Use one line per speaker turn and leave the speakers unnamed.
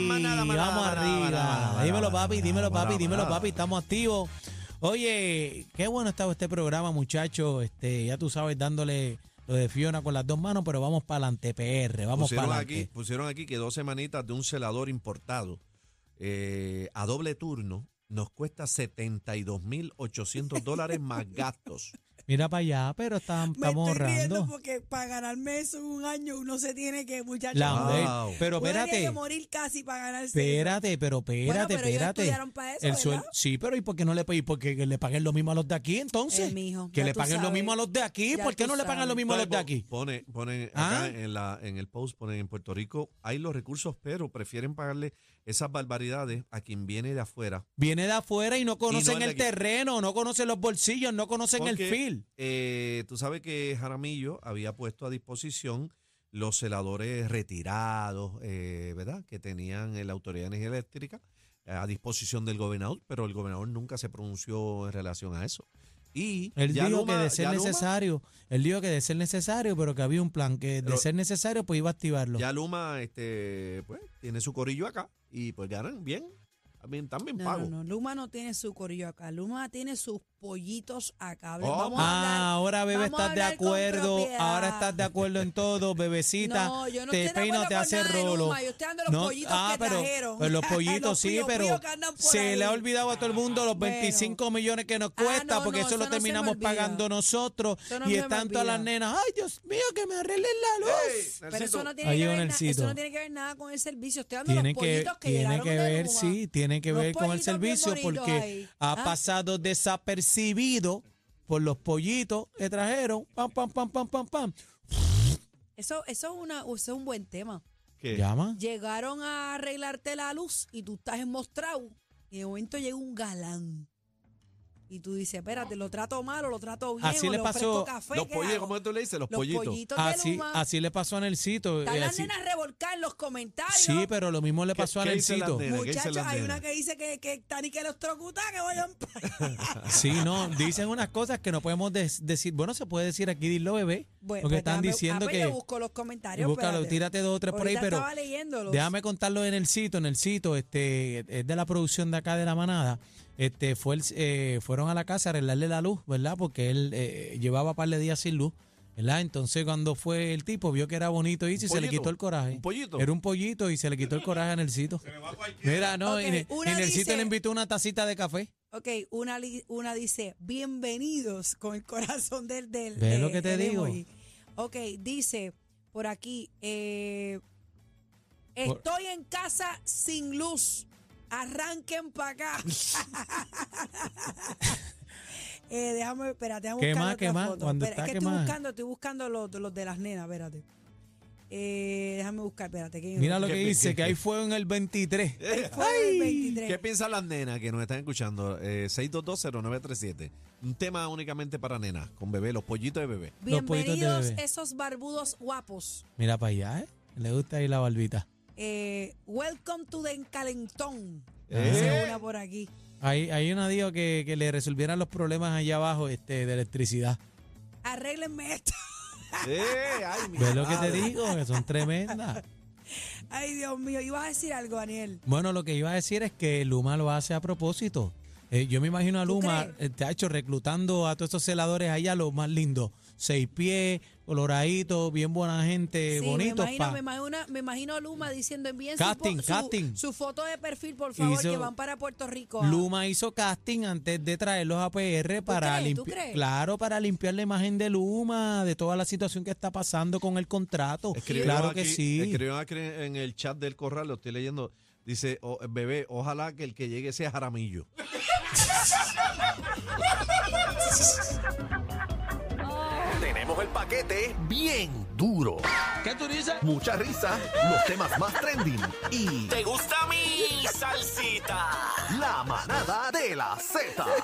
maná,
vamos
maná,
arriba.
maná, maná, maná,
dímelo,
maná,
papi,
maná,
dímelo,
maná,
papi, dímelo,
maná.
papi, estamos activos. Oye, qué bueno ha estado este programa, muchachos. Este, ya tú sabes, dándole lo de Fiona con las dos manos, pero vamos para adelante, PR, vamos para
pusieron, aquí,
adelante.
pusieron aquí que dos semanitas de un celador importado eh, a doble turno nos cuesta 72.800 dólares más gastos.
Mira para allá, pero está-
Me
estamos
estoy riendo
ahorrando.
porque para ganarme eso en un año uno se tiene que, muchachos.
La
Wow.
mujer.
Wow.
Pero
uno tiene
espérate,
que morir casi para ganarse.
espérate, pero
Bueno,
espérate,
pero ellos
espérate.
estudiaron para eso,
El
¿verdad?
suel- sí, pero ¿y por qué no le, y por qué le paguen lo mismo a los de aquí entonces?
Eh, mijo,
que
ya
le
tú
paguen lo
sabes.
mismo a los de aquí,
Ya
¿por qué
tú
no le pagan
sabes.
lo mismo a los de
Entonces,
aquí?
po- Pone, ponen
¿Ah?
acá en, la, en el post, ponen en Puerto Rico, hay los recursos, pero prefieren pagarle esas barbaridades a quien viene de afuera.
Viene de afuera y no conocen
es de
el
aquí.
terreno, no conocen los bolsillos, no conocen el
Porque,
feel.
eh, tú sabes que Jaramillo había puesto a disposición los celadores retirados, eh, ¿verdad? Que tenían eh, la Autoridad de Energía Eléctrica eh, a disposición del gobernador, pero el gobernador nunca se pronunció en relación a eso. Y
Él
ya
dijo
Luma-
que de ser
ya Luma-
necesario, él dijo que de ser necesario, pero que había un plan que de
Pero-
ser necesario pues iba a activarlo.
ya Luma, este, pues, tiene su corillo acá y pues ganan bien, también, también
No,
pago.
no, no. Luma no tiene su corillo acá. Luma tiene sus pollitos acá.
¿Cómo?
Vamos a hablar.
Ah, ahora bebé
vamos a
estás de
hablar con
acuerdo,
propiedad.
ahora estás de acuerdo en todo, bebecita.
No, yo no
te
estoy de
peino,
acuerdo
te
con
hace
nada de
rolo. ah,
Luma, yo estoy dando los pollitos que
pero,
trajeron.
pero los pollitos
Los
sí,
pío,
pero
pío que andan por
se le ha
ahí.
olvidado a todo el mundo los
Bueno.
25 millones que nos
Ah,
cuesta,
no,
porque
no,
eso,
eso
lo
no se me
terminamos
olvida.
pagando nosotros
Eso no
y
se me
están todas las
olvida.
nenas, ay Dios mío, que me arreglen la luz.
Ey,
Pero eso
Narciso,
no, tiene
Ahí
que
va
ver na-
Nelsito.
eso no tiene que ver nada con el servicio. Estoy dando
Tiene
los
que,
pollitos que,
tiene
llegaron
que
de
ver,
Luma.
sí, tiene que
Los
ver con el
pollitos bien
servicio
bonitos
porque
ahí.
ha
Ah.
pasado desapercibido por los pollitos que trajeron. Pam, pam, pam, pam, pam, pam.
Eso, eso, es una, eso es un buen tema.
¿qué?
Llama.
Llegaron a arreglarte la luz y tú estás en mostrado y de momento llega un galán. Y tú dices, espérate, lo trato malo, lo trato bien,
Así
o
le pasó-
ofrezco café,
Los
¿qué
pollitos,
hago?
¿cómo tú le dices? Los,
Los
pollitos.
pollitos de
Así,
Luma.
así le pasó a Nelsito.
Están
eh,
las
así.
nenas revolcadas en los comentarios.
Sí, pero lo mismo le
¿Qué-
pasó a
qué dicen las
Nelsito.
nenas? Nena, ¿qué dicen
Muchachos,
las
hay
nenas?
una que dice que, que están y que los trocutan, que vayan pa-
Sí, no, dicen unas cosas que no podemos des- decir. Bueno, se puede decir aquí, dilo bebé.
Bueno,
porque
pues
están
déjame-
diciendo
ah, pues
que.
yo busco los comentarios.
búscalo,
espérate.
tírate dos o tres por ahí,
Ahorita
pero.
estaba leyéndolos.
Déjame contarlo en el sitio, en el sitio, este, es de la producción de acá de la manada. Este, fue el- eh, fueron a la casa a arreglarle la luz, ¿verdad? Porque él eh, llevaba par de días sin luz, ¿verdad? Entonces cuando fue el tipo, vio que era bonito y se le
pollito?
quitó el coraje.
¿Un pollito?
Era un pollito y se le quitó el coraje a Nelsito. Mira, no,
Ok,
y, Ne-
una
y Nelsito
dice-
le invitó una tacita de café.
Ok, una, li- una dice, bienvenidos con el corazón del... del
¿Ves
de-
lo que te
del
digo?
emoji". Ok, dice por aquí, eh, estoy en casa sin luz, arranquen para acá. Eh, déjame, espérate, déjame
¿Qué
buscar
más,
otra
qué más?
foto.
Cuando
Espera,
está,
es que
¿qué
estoy
más?
buscando, estoy buscando los, los de las nenas, espérate. Eh, déjame buscar, espérate. ¿quién es
Mira
el
lo que
¿Qué-
dice,
qué-
que hay fuego en el 23.
otro? Fue el 23.
¿Qué piensan las nenas que nos están escuchando? Eh, 6220937. Un tema únicamente para nenas, con bebé, los pollitos de bebé.
Los pollitos de
Bienvenidos
bebé.
esos barbudos guapos.
Mira para allá, ¿eh? Le gusta ahí la barbita.
Eh, welcome to the Calentón.
¿Eh?
Dice una por aquí.
Hay, hay una dijo que, que le resolvieran los problemas allá abajo este, de electricidad.
Arréglenme esto.
¡Eh! ¡Ay, mi
¿Ves lo que te
madre!
digo? Que son tremendas.
Ay, Dios mío. Ibas a decir algo, Daniel.
Bueno, lo que iba a decir es que Luma lo hace a propósito. Eh, yo me imagino a
¿Tú
Luma, eh,
crees?
te ha hecho reclutando a todos estos celadores allá, los más lindos. Seis pies, coloraditos, bien buena gente,
Sí,
bonitos.
me imagino,
pa-
me imagino, una- me imagino a Luma diciendo envíen
Casting,
su, fo- su-
casting.
su foto de perfil, por favor,
Hizo-
que van para Puerto Rico. ah.
Luma hizo casting antes de traerlos a PR para
crees? ¿Tú
limpiar.
crees?
Claro, para limpiar la imagen de Luma, de toda la situación que está pasando con el contrato.
Escribió
claro que
aquí-
sí.
Escribió aquí en el chat del corral, lo estoy leyendo. Dice, "O- bebé, ojalá que el que llegue sea Jaramillo.
Tenemos el paquete bien duro. ¿Qué tú dices? Mucha risa, los temas más trending y
¿Te gusta mi salsita?
la manada de la Z.